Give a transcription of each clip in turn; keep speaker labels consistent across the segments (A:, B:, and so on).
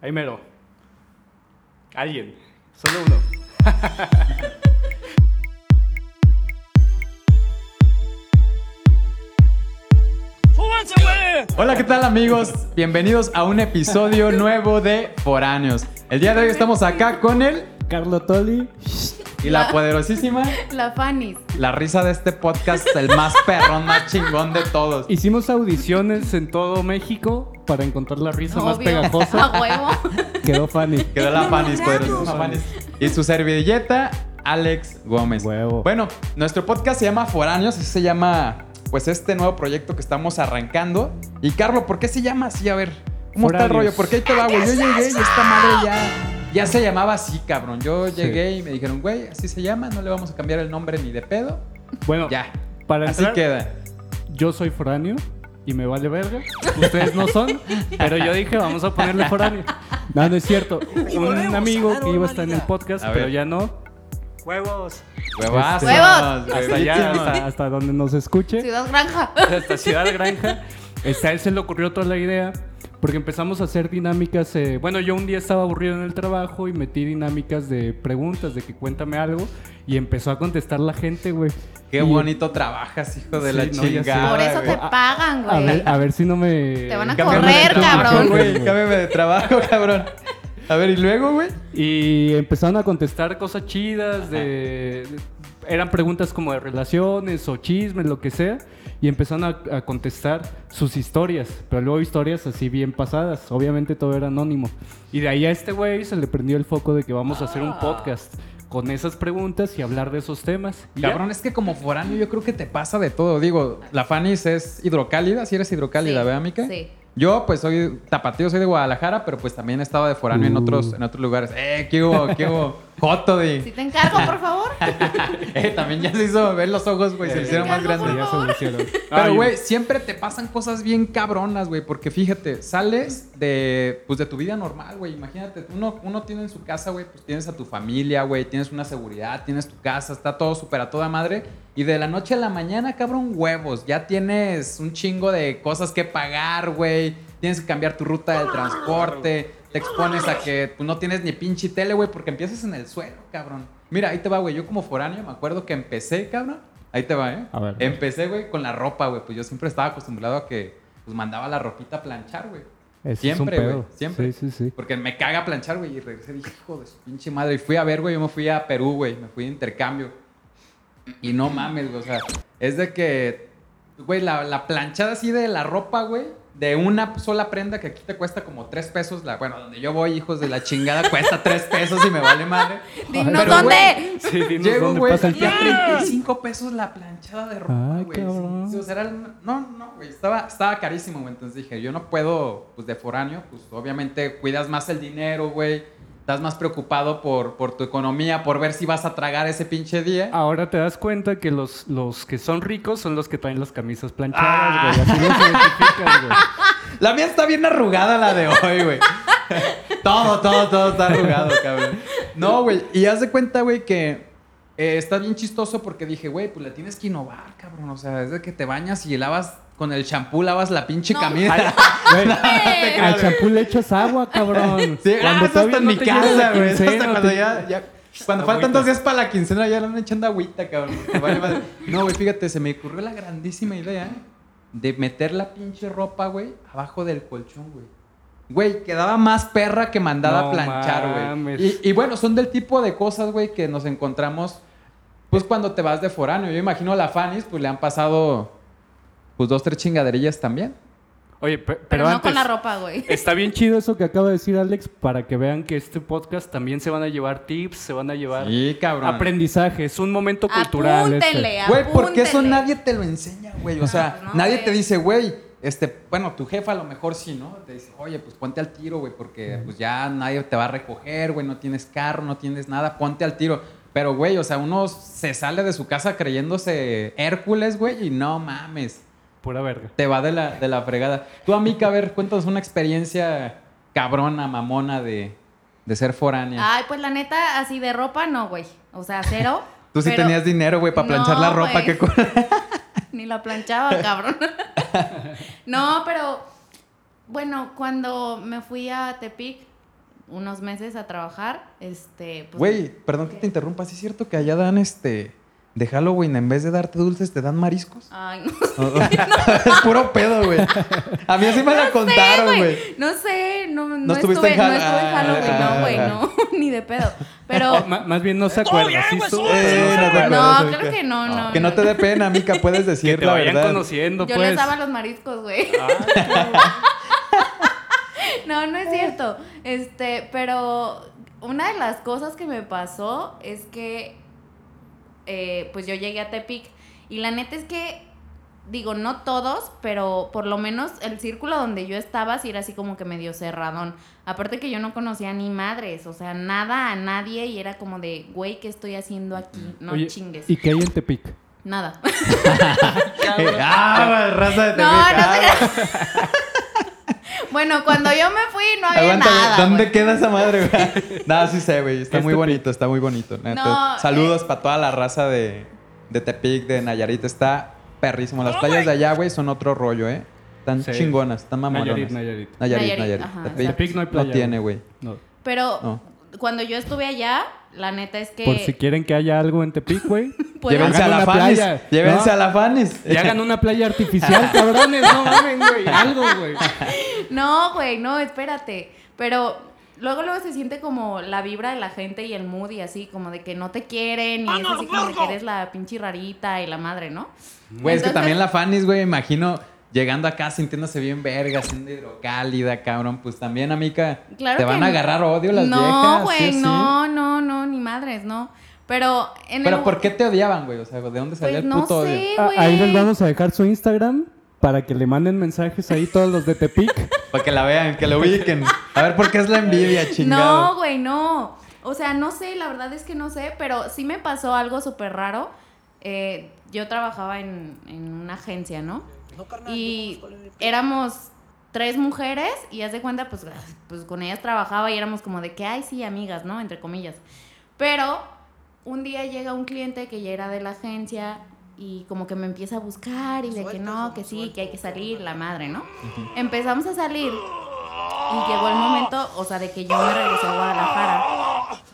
A: Ahí mero. Alguien. Solo uno.
B: Hola, ¿qué tal amigos? Bienvenidos a un episodio nuevo de Foráneos. El día de hoy estamos acá con el
C: Carlo Toli.
B: y la poderosísima,
D: La Fanis.
B: la risa de este podcast, el más perrón, más chingón de todos.
C: Hicimos audiciones en todo México para encontrar la risa más
D: Obvio.
C: pegajosa.
D: A huevo.
C: Quedó Fanny.
B: Quedó la Fanis, poderosísima
C: Logramos.
B: Fanis. Y su servilleta, Alex Gómez.
C: Huevo.
B: Bueno, nuestro podcast se llama Foráneos, así se llama pues este nuevo proyecto que estamos arrancando. Y Carlo, ¿por qué se llama así? A ver, ¿cómo está el
C: Foráneos.
B: rollo? Porque ahí te va, güey. Yo llegué y esta madre ya. Ya se llamaba así, cabrón. Yo llegué y me dijeron, güey, así se llama, no le vamos a cambiar el nombre ni de pedo.
C: Bueno,
B: Ya.
C: para
B: Así
C: entrar,
B: queda.
C: yo soy foráneo y me vale verga. Ustedes no son, pero yo dije, vamos a ponerle foráneo. No, no es cierto. Un amigo que iba a estar en el podcast,
B: A ver.
C: pero ya no. ¡Huevos!
B: Huevazos,
D: Huevos.
B: güey,
C: Hasta allá,
B: víctimas.
C: hasta, hasta donde nos escuche.
D: Ciudad Granja.
C: hasta Ciudad Granja. Este, a él se le ocurrió toda la idea. Porque empezamos a hacer dinámicas. eh, bueno, yo un día estaba aburrido en el trabajo y metí dinámicas de preguntas, de que cuéntame algo. Y empezó a contestar la gente, güey.
B: Qué
C: Y-
B: bonito trabajas, hijo de
C: Sí,
B: la
C: no, ya sé.
B: chingada.
D: Por eso te
B: güey.
D: pagan,
C: A ver,
D: güey.
C: a ver si no me.
D: Te van a
B: Cámbiame de
D: correr,
B: trabajo,
D: cabrón.
B: güey, cámbiame de trabajo, cabrón. A ver, ¿y luego, güey?
C: Y empezaron a contestar cosas chidas, de, eran preguntas como de relaciones o chismes, lo que sea, y empezaron a, a contestar sus historias, pero luego historias así bien pasadas, obviamente todo era anónimo. Y de ahí a este güey se le prendió el foco de que vamos a hacer un podcast con esas preguntas y hablar de esos temas. Y ya.
B: Cabrón, es que como foráneo yo creo que te pasa de todo. Digo, la Fanis es hidrocálida, si eres hidrocálida,
D: Sí,
B: ¿verdad, Mica?
D: sí.
B: Yo, pues, soy tapatío, soy de Guadalajara, pero pues también he estado de foráneo en,
C: Uh.
B: otros, en otros lugares. ¡Eh, qué hubo, qué hubo! ¡Joto, di!
D: Si te encargo, por favor.
B: Eh, también ya se hizo ver los ojos, güey, se le hicieron más
D: Ricardo, por
B: grandes.
D: favor.
B: Pero,
C: Ay,
B: güey, siempre te pasan cosas bien cabronas, güey. Porque fíjate, sales de, pues, de tu vida normal, güey. Imagínate, uno, uno tiene en su casa, güey, pues tienes a tu familia, güey. Tienes una seguridad, tienes tu casa, está todo súper a toda madre. Y de la noche a la mañana, cabrón, huevos. Ya tienes un chingo de cosas que pagar, güey. Tienes que cambiar tu ruta del transporte. Te expones a que tú no tienes ni pinche tele, güey, porque empiezas en el suelo, cabrón. Mira, ahí te va, güey. Yo como foráneo me acuerdo que empecé, cabrón. Ahí te va, ¿eh?
C: A ver.
B: Empecé, güey, con la ropa, güey. Pues yo siempre estaba acostumbrado a que pues, mandaba la ropita a planchar, güey.
C: ese es
B: Siempre,
C: un
B: güey.
C: pedo.
B: Siempre.
C: Sí, sí, sí.
B: Porque me caga planchar, güey. Y regresé y dije, hijo de su pinche madre. Y fui a ver, güey. Yo me fui a Perú, güey. Me fui de intercambio. Y no mames, güey. O sea, es de que, güey, la, la planchada así de la ropa, güey. De una sola prenda que aquí te cuesta como tres pesos. La, bueno, donde yo voy, hijos de la chingada, cuesta tres pesos y me vale madre.
D: Dinos
B: Pero, güey,
D: dónde.
C: Sí, dinos
B: Llego,
C: dónde
B: güey,
C: pasa el
B: y a
C: tiempo.
B: 35 pesos la planchada de ropa,
C: Ay,
B: güey.
C: cabrón.
B: Sí, sí, o sea, era el- no, no, güey, estaba, estaba carísimo, güey. Entonces dije, yo no puedo, pues, de foráneo, pues, obviamente cuidas más el dinero, güey. Estás más preocupado por, por tu economía, por ver si vas a tragar ese pinche día.
C: Ahora te das cuenta que los, los que son ricos son los que traen las camisas
B: Ah.
C: planchadas, güey. Así los identificas, güey.
B: La mía está bien arrugada la de hoy, güey. todo, todo, todo está arrugado, cabrón. No, güey. Y haz de cuenta, güey, que eh, está bien chistoso porque dije, güey, pues la tienes que innovar, cabrón. O sea, es de que te bañas y lavas con el champú, lavas la pinche
D: No.
B: camisa.
C: Güey,
B: te
C: al champú le echas agua, cabrón.
B: Sí, ah, eso
C: todavía
B: hasta en
C: no
B: mi
C: te llega la
B: casa, güey. Eso
C: quincena,
B: hasta cuando
C: te-
B: ya. ya- Cuando
C: Agüita.
B: faltan dos días para la quincena, ya le andan echando agüita, cabrón. porque vale madre. No, güey, fíjate, se me ocurrió la grandísima idea de meter la pinche ropa, güey, abajo del colchón, güey. Güey, quedaba más perra que mandada
C: No
B: a planchar,
C: mames.
B: güey. Y, y bueno, son del tipo de cosas, güey, que nos encontramos, pues cuando te vas de foráneo. Yo imagino a la Fanis, pues le han pasado, pues dos, tres chingaderillas también.
C: Oye, pe- pero,
D: Pero no
C: antes,
D: con la ropa, güey.
C: Está bien chido eso que acaba de decir Alex para que vean que este podcast también se van a llevar tips, se van a llevar
B: Sí, cabrón.
C: aprendizaje. Es un momento cultural. este.
D: Apúntenle,
B: Güey, porque eso
D: apúntenle.
B: nadie te lo enseña, güey. O sea,
D: pues no,
B: nadie
D: güey.
B: te dice, güey, este, bueno, tu jefa a lo mejor sí, ¿no? Te dice, oye, pues ponte al tiro, güey, porque pues ya nadie te va a recoger, güey, no tienes carro, no tienes nada, ponte al tiro. Pero, güey, o sea, uno se sale de su casa creyéndose Hércules, güey, y no mames,
C: Pura verga.
B: te va de la, de la fregada. Tú, amiga, a ver, cuéntanos una experiencia cabrona, mamona de, de ser foránea.
D: Ay, pues la neta, así de ropa, no, güey. O sea, cero.
B: Tú sí
D: pero
B: tenías dinero, güey, para planchar
D: No,
B: la ropa,
D: güey.
B: qué cu-
D: Ni la planchaba, cabrón. no, pero. Bueno, cuando me fui a Tepic, unos meses a trabajar, este, pues,
B: Güey, perdón que te interrumpa, ¿sí es cierto que allá dan este de Halloween en vez de darte dulces te dan mariscos?
D: Ay, no
B: es puro pedo, güey. A mí así me la contaron, güey.
D: No sé, no, no, estuve,
B: estuviste en
D: no
B: Hall-
D: estuve en Halloween,
B: Ah,
D: no, güey, no, ni de pedo. Pero,
C: Oh, ma- más bien no se acuerda. ¿sí estuvo?
B: Eh, no te acuerdas,
D: no,
B: Mica.
D: creo que no, no.
B: Que no te dé pena, Mica, puedes
C: que
B: decir
C: te
B: la
C: vayan
B: verdad.
C: conociendo,
D: Yo
C: pues.
D: les daba los mariscos, güey. no, no es cierto. Este, pero una de las cosas que me pasó es que eh, pues yo llegué a Tepic y la neta es que digo, no todos, pero por lo menos el círculo donde yo estaba sí era así como que medio cerradón. Aparte que yo no conocía ni madres, o sea, nada a nadie y era como de, güey, ¿qué estoy haciendo aquí? No
C: Oye,
D: chingues.
C: ¿Y qué hay en Tepic?
D: Nada.
B: Eh, ah, raza de
D: No, no te Bueno, cuando yo me fui no había
B: Aguanta, güey,
D: nada.
B: ¿dónde
D: güey.
B: queda esa madre, güey? no, sí sé, güey. Está
C: Es
B: muy
C: Tepic.
B: bonito, está muy bonito. la neta.
D: No, eh.
B: Saludos para toda la raza de, de Tepic, de Nayarit. Está perrísimo.
D: Oh
B: Las playas de allá, güey, son otro rollo, ¿eh? Están
C: Sí.
B: chingonas, están mamonas.
C: Nayarit, Nayarit.
B: Nayarit,
D: Nayarit,
B: Nayarit.
D: ajá,
B: Tepic
C: Tepic no hay
B: No
C: playa,
B: tiene, güey.
C: No.
D: Pero
B: No.
D: cuando yo estuve allá, la neta es que
C: Por si quieren que haya algo en Tepic, güey.
D: pues,
B: Llévense a
C: Hagan
B: la
C: una
B: Fanis.
C: playa.
B: Llévense
C: No.
B: a la Fanis.
C: Y hagan una playa artificial, cabrones. No mamen, güey. Algo, güey.
D: No, güey, no, espérate. Pero luego luego se siente como la vibra de la gente y el mood y así, como de que no te quieren y es así como de que eres la pinche rarita y la madre, ¿no?
B: Güey, es que
D: Entonces-
B: también la Fanis, güey, me imagino llegando acá sintiéndose bien verga, siendo hidrocálida, cabrón. Pues también, amica,
D: Claro
B: te
D: que
B: van
D: no.
B: a agarrar odio las viejas.
D: No,
B: sí
D: güey,
B: o sí.
D: no, no, no, ni madres, no. Pero en
B: Pero
D: el...
B: ¿por qué te odiaban, güey? O sea, ¿de dónde salía
D: Pues
B: el
D: no
B: puto odio?
D: sé,
C: Ah,
D: güey.
C: Ahí les vamos a dejar su Instagram para que le manden mensajes ahí todos los de Tepic.
B: Para que la vean, que la ubiquen. A ver, ¿por qué es la envidia,
D: No,
B: chingado?
D: güey, no. O sea, no sé, la verdad es que no sé, pero sí me pasó algo súper raro. Eh, yo trabajaba en, en una agencia, ¿no? Y éramos tres mujeres y haz de cuenta, pues, pues con ellas trabajaba y éramos como de que, ay, sí, amigas, ¿no? Entre comillas. Pero un día llega un cliente que ya era de la agencia y como que me empieza a buscar y de que no, que sí, que hay que salir, la madre, ¿no? Empezamos a salir y llegó el momento, o sea, de que yo me regresé a Guadalajara.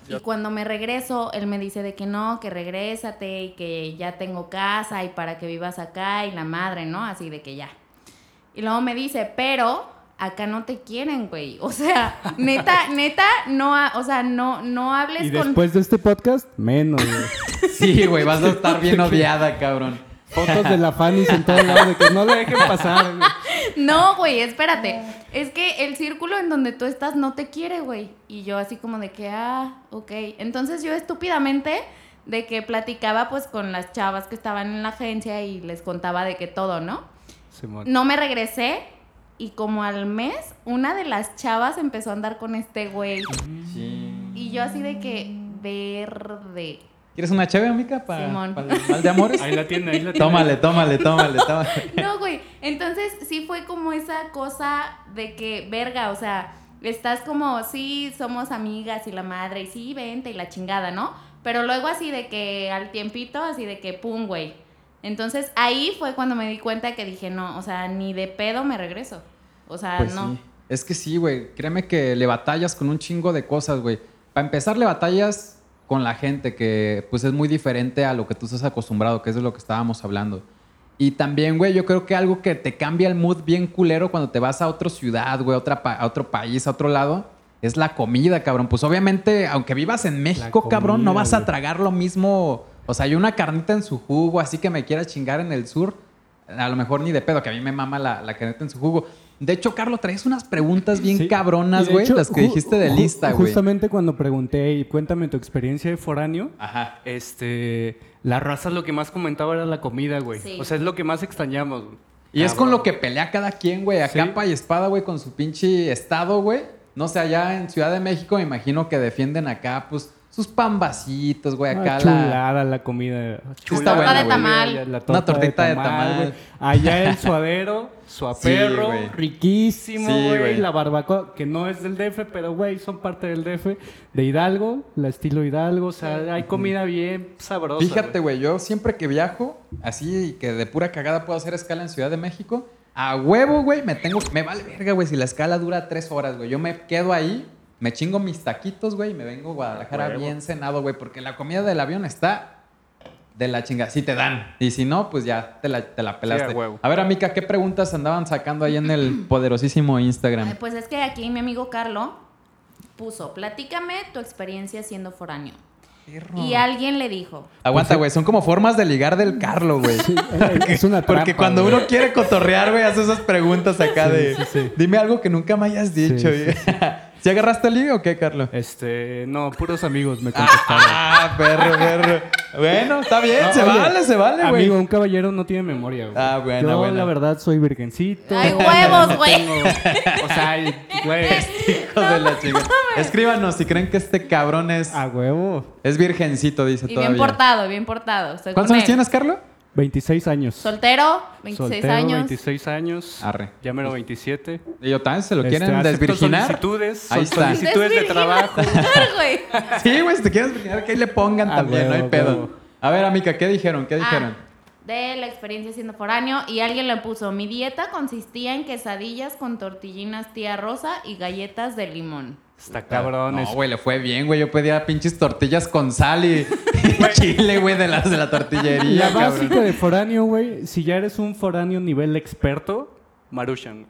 D: Y cuando me regreso, él me dice de que no, que regrésate y que ya tengo casa y para que vivas acá y la madre, ¿no? Así de que ya. Y luego me dice, pero acá no te quieren, güey. O sea, neta, neta, no, ha- o sea, no, no hables
C: Y
D: con...
C: después de este podcast, menos, güey.
B: Sí, güey, vas a estar bien odiada, cabrón.
C: Fotos de la Fanny en todos lados de que no la dejen pasar, güey.
D: No, güey, espérate. Es que el círculo en donde tú estás no te quiere, güey. Y yo así como de que, ah, ok. Entonces yo estúpidamente de que platicaba pues con las chavas que estaban en la agencia y les contaba de que todo, ¿no?
C: Simón.
D: No me regresé y como al mes una de las chavas empezó a andar con este güey.
B: Sí.
D: Y yo así de que, verde.
B: ¿Quieres una chévere, amica? Para
D: Simón.
B: el mal de amores.
C: Ahí la tiene, ahí la tiene.
B: Tómale, tómale, tómale, tómale.
D: No, güey. Entonces sí fue como esa cosa de que, verga, o sea, estás como, sí, somos amigas y la madre, y sí, vente y la chingada, ¿no? Pero luego así de que al tiempito, así de que, pum, güey. Entonces ahí fue cuando me di cuenta que dije, no, o sea, ni de pedo me regreso. O sea,
B: Pues
D: no.
B: sí. Es que sí, güey. Créeme que le batallas con un chingo de cosas, güey. Para empezar, le batallas con la gente, que pues es muy diferente a lo que tú estás acostumbrado, que es de lo que estábamos hablando. Y también, güey, yo creo que algo que te cambia el mood bien culero cuando te vas a otra ciudad, güey, a, otra pa- a otro país, a otro lado, es la comida, cabrón. Pues obviamente, aunque vivas en México,
C: comida,
B: cabrón, no vas a
C: güey.
B: tragar lo mismo. O sea, hay una carnita en su jugo, así que me quieras chingar en el sur, a lo mejor ni de pedo, que a mí me mama la, la carnita en su jugo. De hecho, Carlos, traes unas preguntas bien
C: Sí. Y
B: cabronas,
C: de
B: güey,
C: hecho,
B: las que
C: ju-
B: dijiste de
C: ju-
B: lista, güey.
C: Justamente cuando pregunté, y cuéntame tu experiencia de foráneo,
B: Ajá.
C: este, la raza lo que más comentaba era la comida, güey.
D: Sí.
C: O sea, es lo que más extrañamos, güey.
B: Y es con lo que pelea cada quien, güey, a
C: Sí.
B: capa y espada, güey, con su pinche estado, güey. No sé, allá en Ciudad de México me imagino que defienden acá, pues, sus pambacitos, güey,
C: Ah,
B: acá la...
C: chulada la comida.
B: Chulada
D: buena, de güey. tamal.
B: Una tortita de tamal.
C: güey. Allá el suadero, suaperro,
B: Sí, güey.
C: riquísimo,
B: Sí,
C: güey.
B: güey.
C: la barbacoa, que no es del DF, pero güey, son parte del DF. De Hidalgo, la estilo Hidalgo. O sea, hay comida bien sabrosa.
B: Fíjate, güey, yo siempre que viajo, así y que de pura cagada puedo hacer escala en Ciudad de México, a huevo, güey, me tengo... Me vale verga, güey, si la escala dura tres horas, güey. Yo me quedo ahí Me chingo mis taquitos, güey, y me vengo a Guadalajara
A: Huevo.
B: bien cenado, güey, porque la comida del avión está de la chinga. Sí te dan. Y si no, pues ya te la, te la pelaste.
A: huevo.
B: a ver, amica, ¿qué preguntas andaban sacando ahí en el poderosísimo Instagram?
D: Ay, Pues es que aquí mi amigo Carlo puso, platícame tu experiencia siendo foráneo. Y alguien le dijo,
B: Aguanta, güey, son como formas de ligar del Carlo, güey.
C: Es una trampa,
B: Porque cuando
C: güey.
B: uno quiere cotorrear, güey, hace esas preguntas acá de. Dime algo que nunca me hayas dicho.
C: sí,
B: güey". ¿Sí agarraste el ligue o qué, Carlos?
C: Este, no, puros amigos me contestaron.
B: Ah, perro, perro. Bueno, está bien, se
C: Oye,
B: vale, se vale, güey.
C: Amigo, un caballero no tiene memoria, güey.
B: Ah, buena,
C: Yo,
B: buena.
C: la verdad, soy virgencito.
D: ¡ay, huevos, güey!
C: Tengo- o sea, el- güey.
B: Hijo de la chica. Escríbanos si creen que este cabrón es,
C: A huevo.
B: es virgencito, dice
D: Y bien
B: todavía.
D: portado, bien portado. Estoy
B: ¿Cuántos
D: con
B: años
D: él.
B: tienes, Carlos?
C: 26 años.
D: Soltero, 26
C: Soltero,
D: años.
C: 26 años.
B: Arre.
C: Ya mero 27.
B: Y yo también se lo
C: Este,
B: quieren
C: acepto
B: desvirginar.
C: Solicitudes.
B: Ahí
C: Ahí
B: está.
C: Solicitudes de
D: Desvirginas,
C: trabajo.
D: güey.
B: Sí, güey, si te quieres virginar, que ahí le pongan
C: Ah,
B: también, no
C: huevo,
B: hay pedo.
C: huevo.
B: A ver, amiga, ¿qué dijeron? ¿Qué dijeron?
D: Ah, de la experiencia siendo foráneo y alguien le puso, mi dieta consistía en quesadillas con tortillinas tía Rosa y galletas de limón.
C: Está cabrón.
B: No, güey, le fue bien, güey. Yo pedía pinches tortillas con sal y, y chile, güey, de las de la tortillería,
C: La
B: cabrón.
C: básica de foráneo, güey. Si ya eres un foráneo nivel experto, Marushan.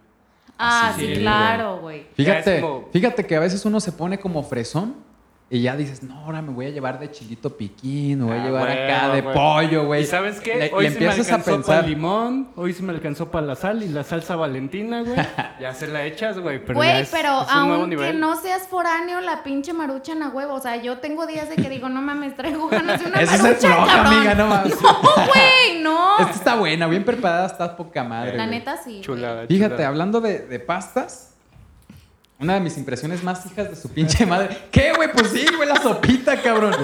D: Ah,
B: Así
D: sí,
B: es,
D: claro, güey.
B: Fíjate,
C: es como-
B: fíjate que a veces uno se pone como fresón y ya dices, no, ahora me voy a llevar de chilito piquín, me voy a
C: Ah,
B: llevar
C: güey,
B: acá de
C: güey.
B: pollo, güey.
C: ¿Y sabes qué?
B: Le,
C: hoy
B: le
C: se
B: empiezas
C: me
B: a
C: alcanzó para
B: pensar.
C: el limón, hoy se me alcanzó para la sal y la salsa valentina, güey. ya se la echas, güey. Pero ya
D: Güey,
C: es-
D: pero
C: es un nuevo
D: aunque
C: nivel.
D: no seas foráneo, la pinche maruchan a huevo. O sea, yo tengo días de que digo, no mames, traigo ganas de una
B: Eso es
D: maruchan,
B: floja,
D: cabrón.
B: amiga, no mames.
D: No, güey, no.
B: Esta está buena, bien preparada, estás poca madre.
D: La
B: güey.
D: neta sí. güey.
C: Chulada,
B: Fíjate,
C: chulada.
B: hablando de, de pastas, una de mis impresiones más hijas de su pinche madre. ¿Qué, güey? Pues sí, güey, la sopita, cabrón.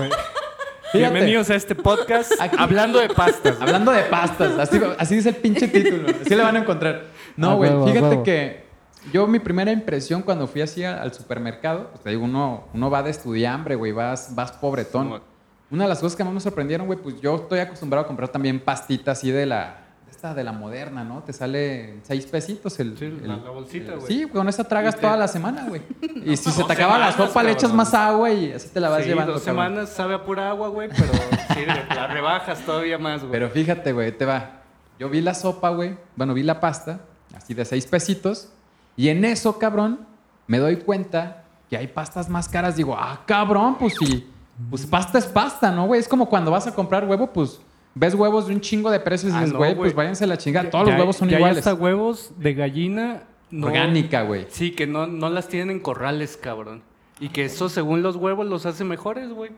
B: Fíjate.
C: Bienvenidos a este podcast
B: Aquí-
C: hablando de pastas. güey.
B: Hablando de pastas, así, así dice el pinche título. Así le van a encontrar. No,
C: A
B: güey,
C: huevo, a
B: fíjate
C: huevo.
B: que yo mi primera impresión cuando fui así a- al supermercado, pues te digo, uno, uno va de estudiambre, güey, vas, vas pobretón.
C: Simón.
B: Una de las cosas que más me sorprendieron, güey, pues yo estoy acostumbrado a comprar también pastitas así de la... Esta de la moderna, ¿no? Te sale seis pesitos el...
C: Sí, la-
B: el-
C: la bolsita,
B: el-
C: güey.
B: Sí, con esa tragas
C: Y te-
B: toda la semana, güey. Y si se
C: dos
B: te acaba la
C: semanas,
B: sopa, le echas
C: cabrón.
B: más agua y así te la vas
C: Sí,
B: llevando.
C: dos
B: cabrón.
C: semanas sabe a pura agua, güey, pero sirve, la rebajas todavía más, güey.
B: Pero fíjate, güey, te va. Yo vi la sopa, güey. Bueno, vi la pasta, así de seis pesitos. Y en eso, cabrón, me doy cuenta que hay pastas más caras. Digo, ah, cabrón, pues sí. Pues pasta es pasta, ¿no, güey? Es como cuando vas a comprar huevo, pues ves huevos de un chingo de precios y
C: Ah,
B: dices,
C: no,
B: güey,
C: güey.
B: pues váyanse a la chingada. Todos
C: Ya-
B: los huevos son
C: ya hay
B: iguales.
C: hasta huevos de gallina no-
B: Orgánica, güey.
C: Sí, que no, no las tienen en corrales, cabrón. Y que eso, según los huevos, los hace mejores, güey.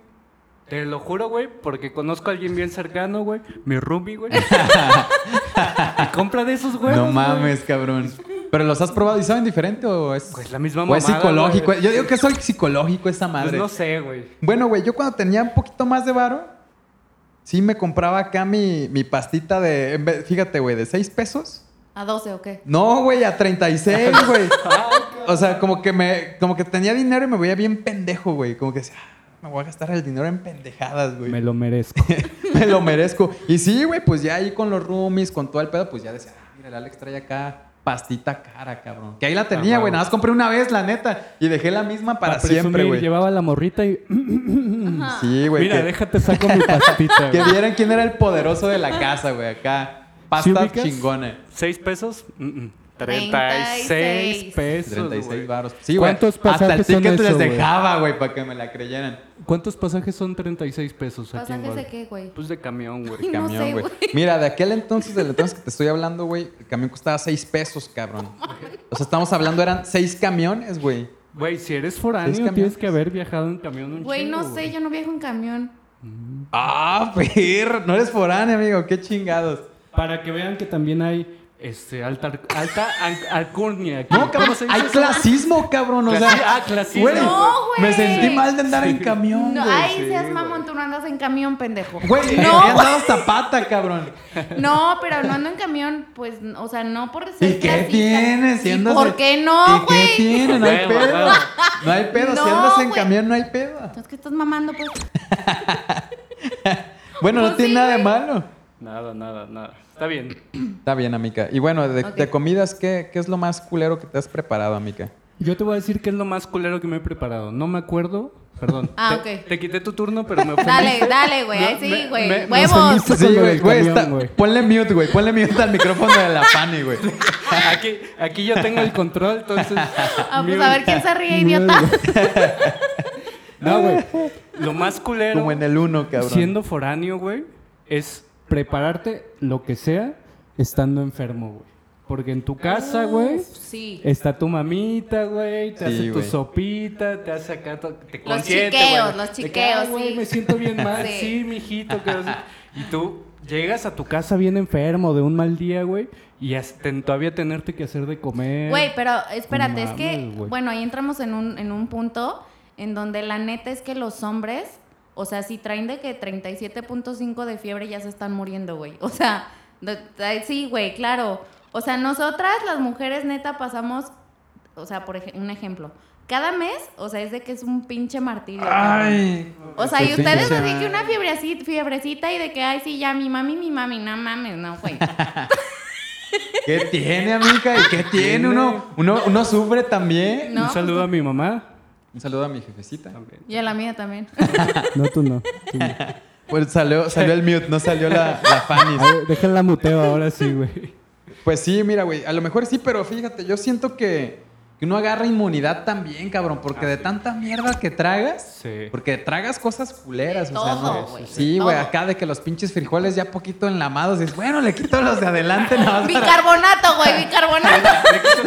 C: Te lo juro, güey, porque conozco a alguien bien cercano, güey. Mi roomie, güey. y compra de esos huevos.
B: No
C: güey.
B: mames, cabrón. Pero los has probado y saben diferente o es.
C: Pues la misma
B: o es
C: mamada,
B: psicológico.
C: güey.
B: Yo digo que soy psicológico esa
C: Pues
B: madre.
C: no sé, güey.
B: Bueno, güey, yo cuando tenía un poquito más de varo, sí me compraba acá mi, mi pastita de. en vez- Fíjate, güey, de 6 pesos.
D: ¿A 12 o qué?
B: No, güey, a 36, güey.
C: Ah,
B: O sea, como que me. Como que tenía dinero y me veía bien pendejo, güey. Como que decía, "Ah, me voy a gastar el dinero en pendejadas, güey.
C: Me lo merezco.
B: Me lo merezco. Y sí, güey, pues ya ahí con los roomies, con todo el pedo, pues ya decía, ah, mira, el Alex trae acá pastita cara, cabrón. Que ahí la tenía,
C: Ah,
B: güey.
C: huevo.
B: Nada más compré una vez, la neta. Y dejé la misma para,
C: presumir,
B: siempre, güey.
C: Llevaba la morrita y. Mm,
D: Ajá.
B: Sí, güey.
C: Mira,
B: que-
C: déjate saco mi pastita.
B: Que
C: güey.
B: vieran quién era el poderoso de la casa, güey. Acá. Pasta
C: ubicas?
B: chingona.
C: ¿Seis pesos? Mm, mm.
D: 36
C: 36 pesos.
B: 36
C: güey.
B: baros. Sí, güey.
C: ¿Cuántos
B: Hasta el
C: pasajes son
B: ticket les
C: eso, güey?
B: dejaba, güey, para que me la creyeran.
C: ¿Cuántos pasajes son 36 pesos aquí en
D: ¿Pasajes de
C: Guadalajara?
D: qué, güey?
C: Pues de camión,
D: Ay,
C: güey.
D: no sé,
B: Camión, güey.
D: güey.
B: Mira, de aquel entonces, del entonces que te estoy hablando, güey, el camión costaba 6 pesos, cabrón. O sea, estamos hablando, eran 6 camiones, güey.
C: Güey, si eres
B: ¿Seis
C: foráneo,
B: camiones?
C: tienes que haber viajado en camión un
D: Güey,
C: chingo,
D: no sé, yo no viajo en camión.
B: Ah, perro. No eres foráneo, amigo. Qué chingados.
C: Para que vean que también hay este, alta, alta al- alcurnia aquí.
B: No, cabrón.
C: ¿Cómo se dice
B: Hay
C: eso?
B: clasismo, cabrón. O
C: Clasi-
B: sea,
C: ah, clasismo.
B: güey,
D: No, güey.
B: Me sentí mal de andar en camión,
D: No,
B: güey.
D: ay,
C: sí,
D: seas
C: güey.
D: mamón, tú no andas en camión, pendejo.
B: Güey,
D: No,
B: me han dado zapata, cabrón.
D: No, pero no ando en camión, pues, o sea, no por ser
B: ¿Y qué
D: clasista.
B: tienes? Si
D: ¿Y
B: andas
D: ¿Por
B: en-
D: qué
B: ¿Y
D: no,
B: qué
D: güey?
B: tiene? No hay
C: Huevo,
B: pedo.
C: huevo.
B: No hay pedo. si
D: No,
B: andas en
D: güey.
B: camión, no hay pedo.
D: Es que estás mamando, pues.
B: Bueno, no
D: Pues
B: tiene
D: sí,
B: nada de
D: güey.
B: malo.
C: Nada, nada, nada. Está bien.
B: Está bien, amiga. Y bueno, de,
D: Ok.
B: de comidas, ¿qué, ¿qué es lo más culero que te has preparado, amiga?
C: Yo te voy a decir qué es lo más culero que me he preparado. No me acuerdo. Perdón.
D: Ah,
C: Te-
D: ok.
C: Te quité tu turno, pero me ofendiste.
D: Dale, dale, güey. ahí
C: No,
D: sí,
C: me-
D: güey.
C: me- me
D: Huevos.
C: ofendiste.
B: Sí,
C: Con lo
B: güey,
C: del
B: güey,
C: camión,
B: está-
C: güey.
B: ponle mute, güey, ponle mute al micrófono de la Fanny, güey.
C: Aquí, aquí yo tengo el control, entonces.
D: Ah, pues a ver quién se ríe, idiota.
C: No, güey. Lo más culero.
B: Como en el uno, cabrón.
C: Siendo foráneo, güey, es prepararte lo que sea estando enfermo, güey. Porque en tu casa, güey,
D: Ah, Sí.
C: está tu mamita, güey, te
B: Sí,
C: hace tu
B: güey.
C: sopita, te hace acá, to- te
D: Los
C: consiente,
D: chiqueos,
C: güey.
D: los
C: De que, "Ay,
D: chiqueos,
C: güey,
D: sí".
C: me siento bien mal,
D: Sí.
C: sí, mijito. que no sé". Y tú llegas a tu casa bien enfermo de un mal día, güey, y has- ten- todavía tenerte que hacer de comer.
D: Güey, pero espérate, es
C: mames,
D: que,
C: güey.
D: bueno, ahí entramos en un, en un punto en donde la neta es que los hombres, o sea, si traen de que 37.5 de fiebre ya se están muriendo, güey. O sea, de- de- sí, güey, claro. O sea, nosotras las mujeres neta pasamos, o sea, por ej- un ejemplo, cada mes, o sea, es de que es un pinche martirio. cabrón.
B: Ay.
D: O sea, y
C: Pues sí,
D: ustedes
C: o
D: así que una fiebre así- fiebrecita y de que, ay, sí, ya mi mami, mi mami, no mames, no, güey.
B: ¿Qué tiene, amiga? ¿Y qué tiene? Uno, uno, uno sufre también.
D: No,
C: Un
D: pues
C: saludo a mi mamá.
B: Un saludo a mi jefecita.
D: Y a la mía también.
C: No, tú no.
B: Pues salió, salió el mute, no salió la, la Fanny.
C: Déjala muteo ahora sí, güey.
B: Pues sí, mira, güey, a lo mejor sí, pero fíjate, yo siento que, que uno agarra inmunidad también, cabrón, porque de tanta mierda que tragas,
C: Ah, Sí.
B: porque tragas cosas culeras,
D: De
B: o sea,
D: todo,
B: no.
D: güey,
B: Sí,
D: de
B: güey,
D: todo.
B: acá de que los pinches frijoles ya poquito enlamados, dices, bueno, le quito los de adelante, nada más para-
D: Bicarbonato, güey, bicarbonato.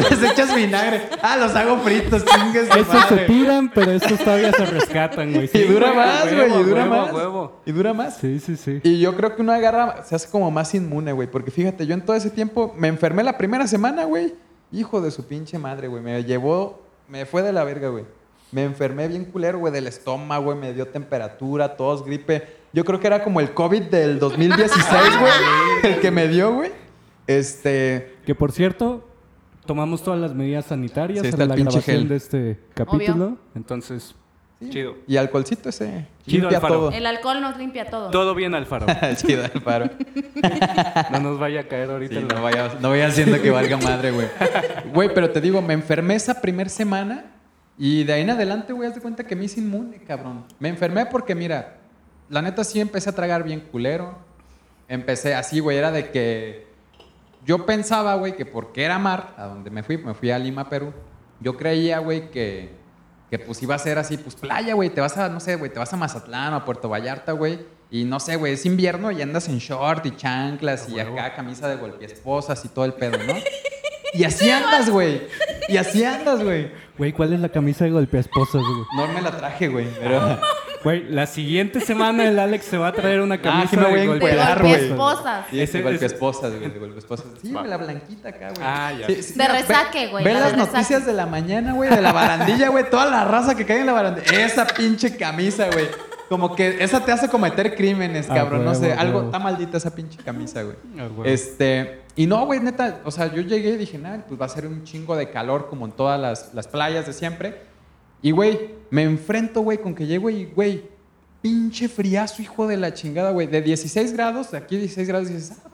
B: les echas vinagre. Ah, los hago fritos, chingues. su
C: Estos se
B: madre.
C: tiran, pero estos todavía se rescatan, güey.
B: Y
C: Sí,
B: dura
C: güey,
B: más,
C: huevo,
B: güey, y dura
C: huevo,
B: más.
C: huevo.
B: Y dura más.
C: Sí, sí, sí.
B: Y yo creo que uno agarra, se hace como más inmune, güey. Porque fíjate, yo en todo ese tiempo me enfermé la primera semana, güey. Hijo de su pinche madre, güey. Me llevó, me fue de la verga, güey. Me enfermé bien culero, güey, del estómago, güey. Me dio temperatura, tos, gripe. Yo creo que era como el COVID del 2016, güey. el que me dio, güey. Este.
C: Que por cierto, tomamos todas las medidas sanitarias
B: Sí, está
C: en
B: el
C: la
B: pinche
C: grabación
B: gel.
C: de este capítulo. Entonces,
B: sí.
C: Chido.
B: Y alcoholcito ese.
C: Chido
B: limpia
C: Alfaro.
B: todo.
D: El alcohol nos limpia todo.
C: todo bien, Alfaro.
B: Chido Alfaro.
C: No nos vaya a caer ahorita
B: Sí,
C: la-
B: no vaya, no vaya haciendo que valga madre, güey. Güey, pero te digo, me enfermé esa primer semana y de ahí en adelante, güey, haz de cuenta que me hice inmune, cabrón. Me enfermé porque, mira, la neta sí empecé a tragar bien culero. Empecé así, güey, era de que yo pensaba, güey, que porque era mar, a donde me fui, me fui a Lima, Perú. Yo creía, güey, que, que pues iba a ser así, pues playa, güey, te vas a, no sé, güey, te vas a Mazatlán o a Puerto Vallarta, güey. Y no sé, güey, es invierno y andas en short y chanclas y acá camisa de golpeesposas y todo el pedo, ¿no? Y así andas, güey. Y así andas, güey.
C: Güey, ¿cuál es la camisa de golpe esposas, güey?
B: No me la traje, güey, pero...
C: Güey, la siguiente semana el Alex se va a traer una camisa
B: Ah, sí me voy a
C: de
D: de
B: encuerar,
C: golpear,
D: golpe
B: güey.
D: esposas.
B: Sí,
C: Ese-
B: de golpe
C: ese-
B: esposas, güey, de golpe esposas. Sí, güey, la blanquita acá, güey.
C: Ah, ya.
B: Sí, sí,
D: De
B: mira, ve-
D: resaque, güey,
B: Ve
D: la
B: las
D: de resaque.
B: noticias de la mañana, güey, de la barandilla, güey, toda la raza que cae en la barandilla. Esa pinche camisa, güey. Como que esa te hace cometer crímenes,
C: Ah,
B: cabrón, no
C: huevo,
B: sé, algo,
C: huevo.
B: está maldita esa pinche camisa, güey.
C: Ah, huevo.
B: Este, y no, güey, neta, o sea, yo llegué y dije, nada, pues va a ser un chingo de calor como en todas las, las playas de siempre. Y, güey, me enfrento, güey, con que llego y, güey, pinche friazo, hijo de la chingada, güey, de 16 grados, de aquí 16 grados, dices, ah,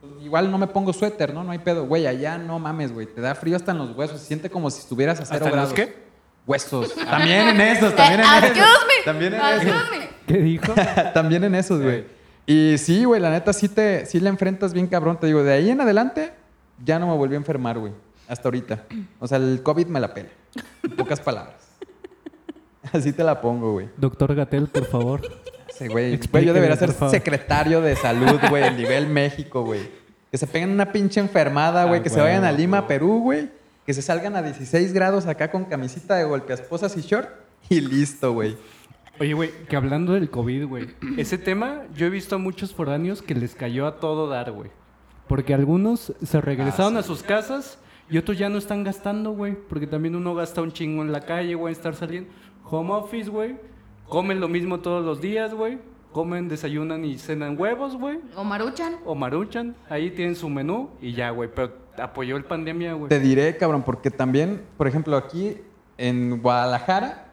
B: pues, igual no me pongo suéter, ¿no? No hay pedo, güey, allá no mames, güey, te da frío hasta en los huesos, se siente como si estuvieras a cero
C: ¿Hasta en los
B: grados.
C: qué?
B: Huesos. También en esos,
D: Eh,
B: también en esos.
D: excuse me.
B: También en
D: excuse
B: esos.
D: me.
C: ¿Qué dijo?
B: También en esos, güey. Y sí, güey, la neta sí te sí la enfrentas bien cabrón, te digo, de ahí en adelante ya no me volví a enfermar, güey, hasta ahorita. O sea, el COVID me la pela. En pocas palabras. Así te la pongo, güey.
C: Doctor Gatel, por favor.
B: Sí, güey. Güey,
C: Explíqueme,
B: yo debería ser
C: por favor.
B: secretario de salud, güey, el nivel México, güey. Que se peguen una pinche enfermada, güey,
C: Ah,
B: que se
C: güey,
B: vayan a Lima,
C: güey.
B: Perú, güey, que se salgan a 16 grados acá con camisita de golpeasposas y short y listo, güey.
C: Oye, güey, que hablando del COVID, güey. Ese tema, yo he visto a muchos foráneos que les cayó a todo dar, güey. Porque algunos se regresaron a sus casas y otros ya no están gastando, güey. Porque también uno gasta un chingo en la calle, güey, estar saliendo. Home office, güey. Comen lo mismo todos los días, güey. Comen, desayunan y cenan huevos, güey.
D: O Maruchan.
C: O maruchan. Ahí tienen su menú y ya, güey. Pero apoyó el pandemia, güey.
B: Te diré, cabrón, porque también, por ejemplo, aquí en Guadalajara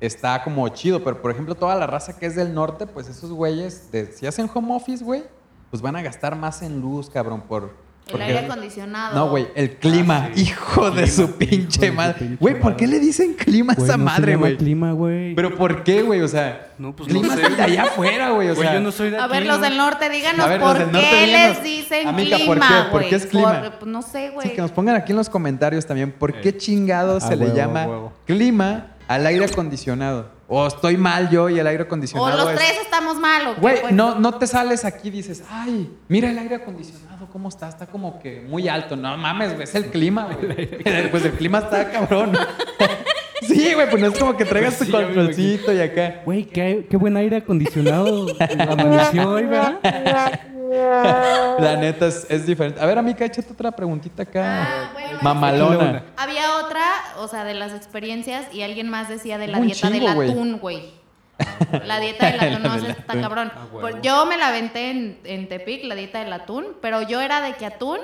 B: está como chido, pero por ejemplo, toda la raza que es del norte, pues esos güeyes, de- si hacen home office, güey, pues van a gastar más en luz, cabrón, por
D: El aire acondicionado.
B: No, güey, el
C: Ah,
B: clima, hijo de su pinche
C: de su
B: madre.
C: pinche
B: Güey, ¿por qué le dicen clima a
C: Güey,
B: esa
C: no se
B: madre,
C: llama
B: güey?
C: clima, güey.
B: Pero ¿por qué, güey? O sea,
C: No, pues no
B: clima
C: sé.
B: es el de allá afuera, güey. O
C: Güey,
B: sea,
C: yo no soy de
D: A
C: aquí,
D: ver, los
C: ¿no?
D: del norte, díganos
B: A ver, los
D: por
B: del
D: qué
B: norte, díganos.
D: les dicen
B: Amiga, ¿por
D: clima,
B: qué? ¿Por
D: güey?
B: qué es clima?
D: Por- pues no sé, güey.
B: Sí, que nos pongan aquí en los comentarios también por qué chingado
C: Ah,
B: se le
C: huevo,
B: llama
C: huevo.
B: clima al aire acondicionado. O estoy mal yo y el aire
D: O
B: acondicionado.
D: los
B: es-
D: tres estamos mal, ¿o qué,
B: Güey,
D: pues?
B: no, no te sales aquí y dices, ay, mira el aire acondicionado, ¿cómo está? Está como que muy alto. No mames, güey, es el clima, güey. pues el clima está cabrón. sí, güey, pues no es como que traigas tu
C: sí, ya me
B: controlcito y acá.
C: Güey, qué, qué buen aire acondicionado. Amaneció hoy, ¿verdad?
B: La neta es, es diferente. A ver, amiga, échate otra preguntita acá.
D: Ah, bueno,
B: Mamalona.
D: Había otra, o sea, de las experiencias y alguien más decía de la
B: Un
D: dieta
B: chingo,
D: del
B: güey.
D: atún, güey. La dieta del atún,
B: La
D: no,
B: del
D: esa está
B: atún.
D: cabrón.
C: Ah, huevo.
D: Por- yo me la aventé en, en Tepic, la dieta del atún, pero yo era de que atún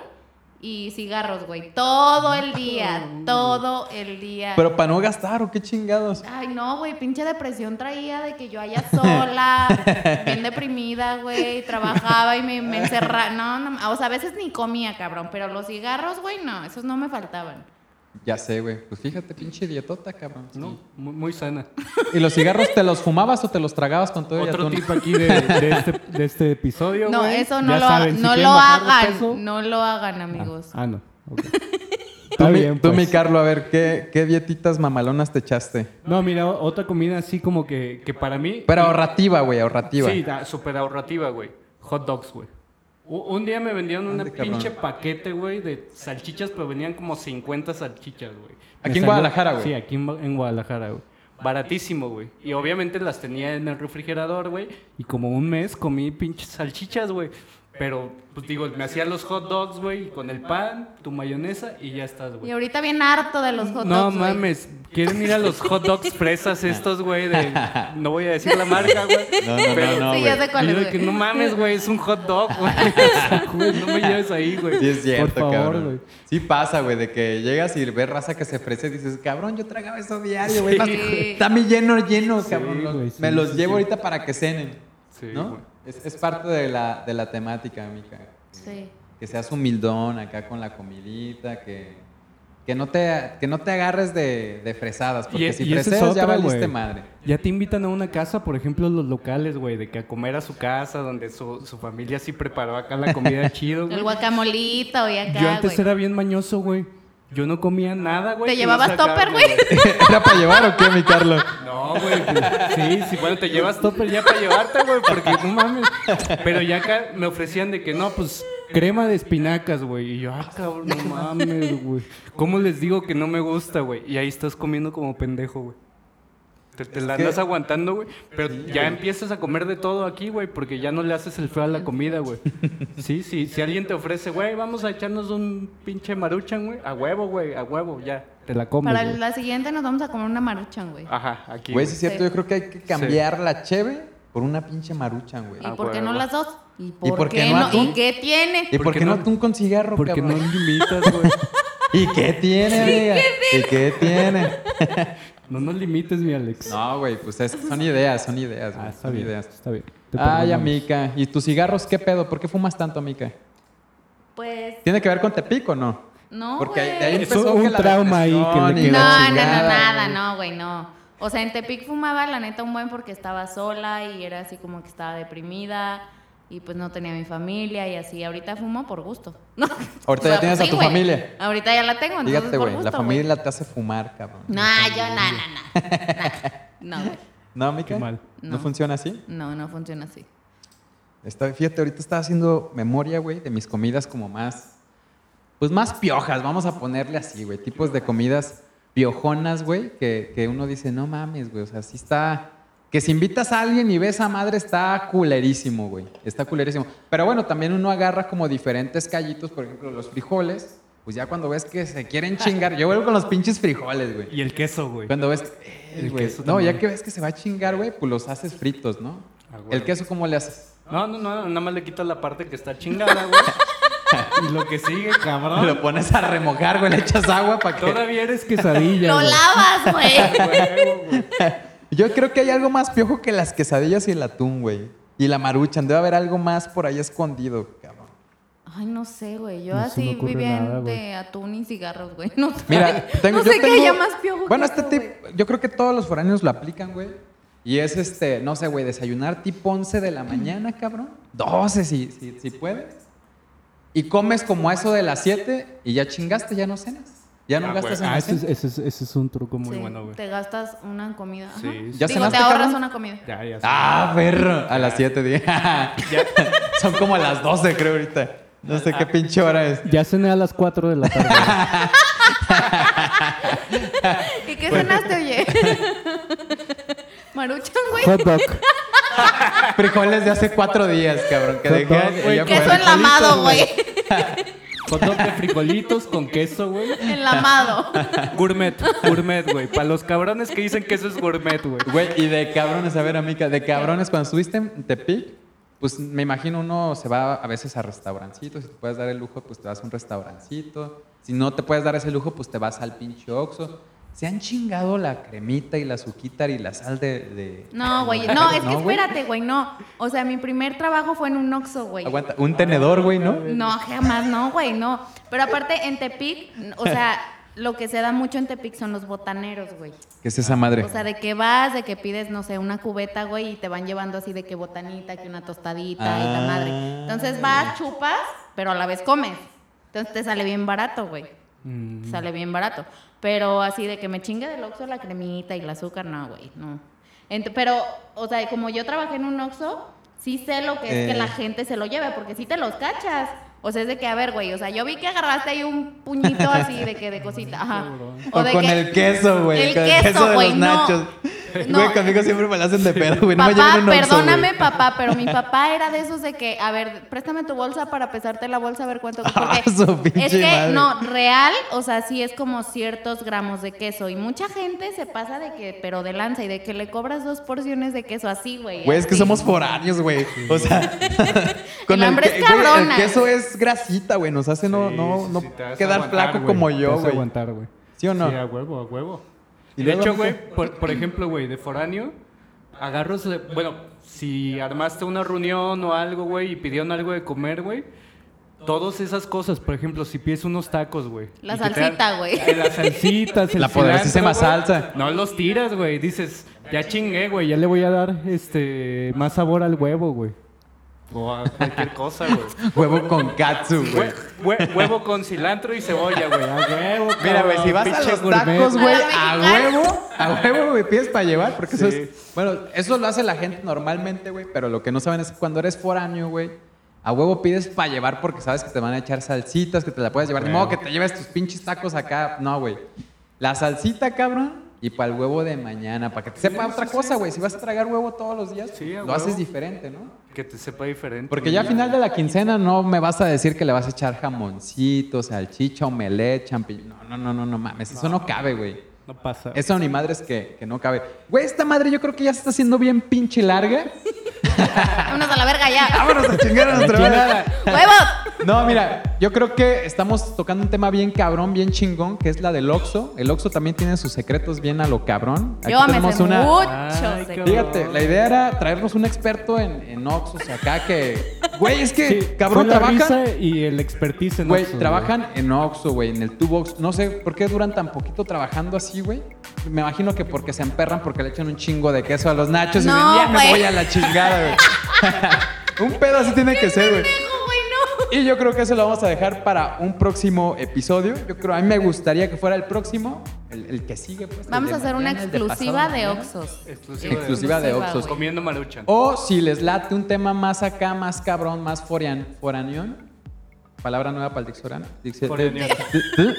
D: y cigarros, güey. Todo el día, todo el día.
B: Pero para no gastar, ¿o qué chingados?
D: Ay, no, güey, pinche depresión traía de que yo allá sola, bien deprimida, güey, trabajaba y me, me encerraba. No, no, o sea, a veces ni comía, cabrón, pero los cigarros, güey, no, esos no me faltaban.
B: Ya sé, güey. Pues fíjate, pinche dietota, cabrón.
C: No, muy, muy sana.
B: ¿Y los cigarros te los fumabas o te los tragabas con todo el
C: Otro
B: atún?
C: tip aquí de, de este, de este episodio.
D: No,
C: güey.
D: eso no
C: Ya
D: lo, ha-
C: saben, si
D: no
C: quieren
D: lo
C: bajar de
D: hagan,
C: peso-
D: no lo hagan,
C: Ah,
D: amigos.
C: Ah, no. ok.
B: Tú,
C: Está
B: mi,
C: bien,
B: tú, mi
C: pues.
B: Carlo, a ver, ¿qué, ¿qué dietitas mamalonas te echaste?
C: No, mira, o- otra comida así como que, que para mí.
B: Pero ahorrativa, güey, ahorrativa.
C: Sí, da- súper ahorrativa, güey. Hot dogs, güey. U- Un día me vendieron un
B: Ande, cabrón.
C: pinche paquete, güey, de salchichas, pero venían como 50 salchichas, güey. Me
B: Aquí en
C: salió-
B: Guadalajara, güey.
C: Sí, aquí en, Gua- en Guadalajara, güey. Baratísimo, güey. Y obviamente las tenía en el refrigerador, güey. Y como un mes comí pinches salchichas, güey. Pero, pues digo, me hacía los hot dogs, güey, y con el pan, tu mayonesa y ya estás, güey.
D: Y ahorita bien harto de los hot dogs.
C: No
D: güey.
C: mames, quieren ir a los hot dogs fresas estos, güey, de... No voy a decir la marca, güey.
B: No, no,
C: pero-
B: no, no,
D: sí,
B: güey.
D: ya sé cuál
C: Y yo
D: es.
C: de
D: güey.
C: que no mames, güey, es un hot dog, güey. O sea, güey, no me lleves ahí, güey.
B: Sí, es cierto,
C: Por favor,
B: cabrón.
C: güey.
B: Sí pasa, güey, de que llegas y ves raza que se ofrece y dices, cabrón, yo tragaba eso diario, güey. más-
D: güey.
B: Está mi lleno, lleno, cabrón. los-
C: güey, sí,
B: Me los
C: sí,
B: llevo
C: sí.
B: ahorita para que cenen,
C: Sí,
B: ¿no?
C: güey.
B: Es, es parte de la, de la temática, amiga.
D: Sí.
B: Que seas humildón acá con la comidita, que, que, no, te, que no te agarres de, de fresadas, porque
C: e-
B: si
C: esa es
B: freseas ya
C: otra,
B: valiste
C: güey.
B: madre.
C: Ya te invitan a una casa, por ejemplo, los locales, güey, de que a comer a su casa, donde su, su familia sí preparó acá la comida chido, güey.
D: El guacamolito y acá,
C: Yo antes
D: güey.
C: era bien mañoso, güey. Yo no comía nada, güey.
D: ¿Te
C: que no
D: llevabas
C: sacaran,
D: topper, güey?
B: ¿Era para llevar o qué, mi Carlos?
C: No, güey. pues, Sí, sí, bueno, te llevas topper ya para llevarte, güey, porque no mames. Pero ya acá me ofrecían de que no, pues crema de espinacas, güey. Y yo, ah, cabrón, no mames, güey. ¿Cómo les digo que no me gusta, güey? Y ahí estás comiendo como pendejo, güey. Te, te la
B: que-
C: andas aguantando, güey. Pero ya empiezas a comer de todo aquí, güey, porque ya no le haces el feo a la comida, güey. Sí, sí. Si alguien te ofrece, güey, vamos a echarnos un pinche maruchan, güey. A huevo, güey, a huevo, ya. Te la comes,
D: Para
C: güey.
D: la siguiente nos vamos a comer una maruchan, güey.
C: Ajá, aquí. güey.
B: Güey, sí es cierto,
D: Sí.
B: yo creo que hay que cambiar la cheve por una pinche maruchan, güey.
D: ¿Y
C: Ah,
D: por qué no
C: huevo.
D: las dos? ¿Y por,
B: por
D: qué,
B: qué no
D: no?
B: atún?
D: ¿Y qué tiene?
B: ¿Y por, qué no atún con cigarro,
C: Porque no
B: cabrón?
C: limitas, güey.
B: ¿Y qué tiene, amiga? ¿Y qué tiene?
C: No nos limites, mi Alex.
B: No, güey, pues es- son ideas, son ideas, güey,
C: ah, está
B: son
C: bien.
B: ideas.
C: Está bien. Te
B: Ay,
C: perdonamos.
B: amiga, ¿y tus cigarros qué pedo? ¿Por qué fumas tanto, amiga?
D: Pues
B: ¿Tiene que ver con Tepic o no?
D: no,
B: Porque ahí-
D: güey.
B: de ahí
C: Es
B: empezó
C: un
B: que la
C: trauma ahí que le
B: depresión y
C: queda
D: No,
B: la
D: no, no,
B: chingada,
D: nada,
B: güey.
D: no, güey, no. O sea, en Tepic fumaba la neta un buen porque estaba sola y era así como que estaba deprimida y pues no tenía mi familia y así. Ahorita fumo por gusto.
B: Ahorita ya tienes a tu
D: güey.
B: familia.
D: Ahorita ya la tengo, entonces
B: Fíjate,
D: por
B: güey, la
D: gusto,
B: familia te hace fumar, cabrón.
D: güey. No, yo no, no, no. No, güey.
B: ¿No, amiga?
C: Qué mal.
B: ¿No
D: No.
B: funciona así?
D: No, no funciona así.
B: Está- fíjate, ahorita estaba haciendo memoria, güey, de mis comidas como más, pues más piojas, vamos a ponerle así, güey, tipos de comidas piojonas, güey, que, que uno dice, no mames, güey, o sea, sí está, que si invitas a alguien y ves a madre, está culerísimo, güey, está culerísimo. Pero bueno, también uno agarra como diferentes callitos, por ejemplo, los frijoles, pues ya cuando ves que se quieren chingar, yo vuelvo con los pinches frijoles, güey.
C: Y el queso, güey.
B: Cuando ves,
C: El
B: güey,
C: queso
B: no, ya
C: también.
B: que ves que se va a chingar, güey, pues los haces fritos, ¿no?
C: Ah, güey.
B: El queso, ¿cómo le haces?
C: No, no, no, nada más le quitas la parte que está chingada, güey. y lo que sigue, cabrón.
B: Lo pones a remojar, güey, le echas agua para que.
C: Todavía eres quesadilla.
D: Lo
C: güey.
D: lavas, güey.
C: Huevo, güey.
B: Yo creo que hay algo más piojo que las quesadillas y el atún, güey. Y la maruchan, debe haber algo más por ahí escondido, cabrón.
D: Ay, no sé, güey. Yo
C: No se me
D: así
C: ocurre
D: vivía en-
C: nada, güey.
D: de atún y cigarros, güey. No, sé-
B: Mira, tengo,
D: no
B: yo
D: sé qué
B: tengo-
D: haya más piojo que
B: Bueno, este
D: otro,
B: tip,
D: güey.
B: yo creo que todos los foráneos lo aplican, güey. Y es este, no sé, güey, desayunar tipo 11 de la mañana, cabrón. 12 si, si, si puedes. Y comes como a eso de las 7 y ya chingaste, ya no cenas. Ya no
A: Ah,
B: gastas
A: güey.
B: en
C: Ah,
B: la
C: ese es,
B: cena.
C: ese es- ese es un truco muy
D: Sí,
C: bueno, güey.
D: Te gastas una comida. ajá.
C: Sí, sí.
B: ¿Ya
D: Digo,
B: cenaste,
D: te ahorras
B: cabrón?
D: una comida.
C: Ya, ya.
B: Ah, perro. A las 7, di- Son como a las 12, creo, ahorita. No sé qué pinche hora es.
C: Ya cené a las 4 de la tarde.
D: ¿Y qué cenaste, oye? Maruchan, güey.
C: Hot dog.
B: Frijoles de hace 4 días, cabrón. Que dejé.
C: Perdón, güey,
B: allá
D: Queso
B: afuera.
D: enlamado, güey.
C: Hot dog de frijolitos con queso, güey.
D: Enlamado.
C: Gourmet, gourmet, güey. Para los cabrones que dicen que eso es gourmet, güey.
B: Güey, y de cabrones, a ver, amiga, de cabrones, cuando estuviste en Tepic, pues me imagino uno se va a veces a restaurancitos, si te puedes dar el lujo, pues te vas a un restaurancito, si no te puedes dar ese lujo, pues te vas al pinche Oxxo. Se han chingado la cremita y la azúcar y la sal de... de-
D: No, güey. No, es que
B: güey?
D: espérate, güey. No. O sea, mi primer trabajo fue en un Oxxo, güey.
B: Aguanta, un tenedor, güey, ¿no?
D: No, jamás, no, güey, no. Pero aparte, en Tepic, o sea, lo que se da mucho en Tepic son los botaneros, güey.
B: ¿Qué es esa madre?
D: O sea, de que vas, de que pides, no sé, una cubeta, güey, y te van llevando así de que botanita, que una tostadita y la madre.
B: Ah.
D: Entonces vas, chupas, pero a la vez comes. Entonces te sale bien barato, güey.
B: Mm.
D: Te Sale bien barato. Pero así de que me chingue del Oxxo la cremita y el azúcar, no, güey, no. Ent- pero, o sea, como yo trabajé en un Oxxo, sí sé lo que es
B: Eh.
D: que la gente se lo lleve, porque sí te los cachas. O sea, es de que, a ver, güey, o sea, yo vi que agarraste ahí un puñito así de que de cosita, ajá.
B: O,
D: de
B: con
D: que-
B: el queso, güey.
D: el
B: Con
D: queso,
B: el queso de
D: güey,
B: los
D: no.
B: nachos.
D: No.
B: Güey, conmigo siempre me la hacen de pedo, güey. No me
D: papá,
B: lleven un Oxxo, güey.
D: perdóname, papá, pero mi papá era de esos de que, a ver, préstame tu bolsa para pesarte la bolsa, a ver cuánto.
B: Ah,
D: porque
B: su pinche
D: es que,
B: madre.
D: no, real, o sea, sí es como ciertos gramos de queso. Y mucha gente se pasa de que, pero de lanza, y de que le cobras dos porciones de queso así, güey.
B: Güey, es que
D: así.
B: somos foráneos, güey. O sea,
D: El hambre
B: que-
D: es
B: güey,
D: cabrona.
B: el queso es grasita, güey. Nos hace no,
A: Sí,
B: no,
A: sí,
B: no
A: sí, te vas a
B: quedar
A: aguantar,
B: flaco
A: güey.
B: como
C: Te
B: yo,
C: vas a
B: güey.
C: aguantar, güey.
B: ¿Sí o no?
A: Sí, a huevo, a huevo.
B: Y
C: de
B: luego,
C: hecho,
B: amiga.
C: güey, por, por ejemplo, güey, de foráneo, agarros, de- bueno, si armaste una reunión o algo, güey, y pidieron algo de comer, güey, todas esas cosas, por ejemplo, si pides unos tacos, güey.
D: La
C: y que te
D: salsita,
C: dan-
D: güey.
C: Eh, Las salsitas, el
B: La poderosísima
C: cilantro, güey,
B: salsa.
C: No los tiras, güey, dices, ya chingué, güey, ya le voy a dar, este, más sabor al huevo, güey. O a cualquier cosa, güey.
B: Huevo con katsu, güey.
C: Hue- hue- huevo con cilantro y cebolla, güey. A huevo,
B: Mira, güey, si
C: cabrón,
B: vas a
C: pinche
B: los
C: gourmet.
B: tacos, güey,
D: A
B: a
D: la mexicana.
B: huevo, a huevo me pides para llevar, porque eso
C: Sí.
B: es... Bueno, eso lo hace la gente normalmente, güey, pero lo que no saben es que cuando eres foráneo, güey, a huevo pides para llevar porque sabes que te van a echar salsitas, que te la puedes llevar. Ni modo que te lleves tus pinches tacos acá. No, güey. La salsita, cabrón, y para el huevo de mañana, para que te sepa otra cosa, güey. Si vas a tragar huevo todos los días,
C: Sí, a
B: lo
C: huevo.
B: haces diferente, ¿no?
C: Que te sepa diferente.
B: Porque ya a final de la quincena no me vas a decir que le vas a echar jamoncito, salchicha, omelette, champiñón. No, no, no, no, no mames. Eso no cabe, güey.
C: No pasa.
B: Eso ni madres que, que no cabe. Güey, esta madre yo creo que ya se está haciendo bien pinche larga.
D: Vámonos a la verga ya.
B: Vámonos a chingar a nuestra
C: ¿eh?
B: madre.
D: ¡Huevos!
B: No, mira, yo creo que estamos tocando un tema bien cabrón, bien chingón, que es la del Oxxo. El Oxxo también tiene sus secretos bien a lo cabrón. Aquí
D: Yo me
B: tenemos
D: sé
B: una...
D: mucho.
C: Ay,
D: sé.
C: qué-
B: Fíjate, la idea era traernos un experto en, en Oxxos acá que... Güey, es que,
C: Sí,
B: cabrón,
C: fue la
B: trabajan...
C: risa y el expertise en
B: Güey,
C: Oxxo,
B: trabajan en Oxxo, güey, en el Tubox. No sé por qué duran tan poquito trabajando así, güey. Me imagino que porque se emperran, porque le echan un chingo de queso a los nachos
D: No,
B: y dicen, ya me
D: güey.
B: voy a la chingada, güey. un pedo así tiene que ser, güey.
D: Pendejo, güey, no.
B: Y yo creo que eso lo vamos a dejar para un próximo episodio. Yo creo, a mí me gustaría que fuera el próximo, el, el que sigue. Pues, el
D: Vamos
B: de
D: a hacer una
B: mañana, el de
D: exclusiva
B: pasado
D: de
B: mañana.
D: Oxxos.
C: Exclusiva de-
B: Exclusiva de
D: Exclusiva,
B: Oxxos.
D: güey.
C: Comiendo maruchan.
B: O si les late un tema más acá, más cabrón, más forian, foranión. Palabra nueva para el diccionario. Diccio-
C: Foranión.
B: ¿Eh?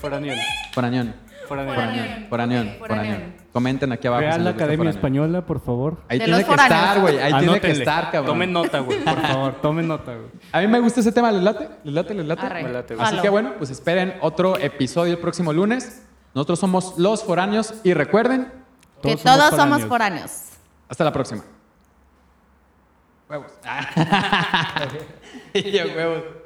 C: Foranión.
B: Foranión.
C: Foranión.
D: Foranión.
B: Foranión. Foranión.
D: Ok,
B: Foranión. Comenten aquí abajo. si
C: Real
B: les gusta
C: Academia
B: foranión.
C: Española, por favor.
B: Ahí
D: De
B: tiene
D: los
B: que
D: foráneos.
B: estar, güey. Ahí tiene que
C: Anótenle.
B: estar, cabrón.
C: Tomen nota, güey, por favor. Tomen nota, güey.
B: A mí me gusta ese tema, ¿les late? ¿Les late? ¿Les late?
D: Arre.
C: Me late, güey.
B: Así
D: Jalo.
B: que bueno, pues esperen otro episodio el próximo lunes. Nosotros somos los foráneos y recuerden,
D: Que
C: Todos somos
D: todos somos
C: foráneos.
D: foráneos.
B: hasta la próxima. Huevos. Y yo, huevos.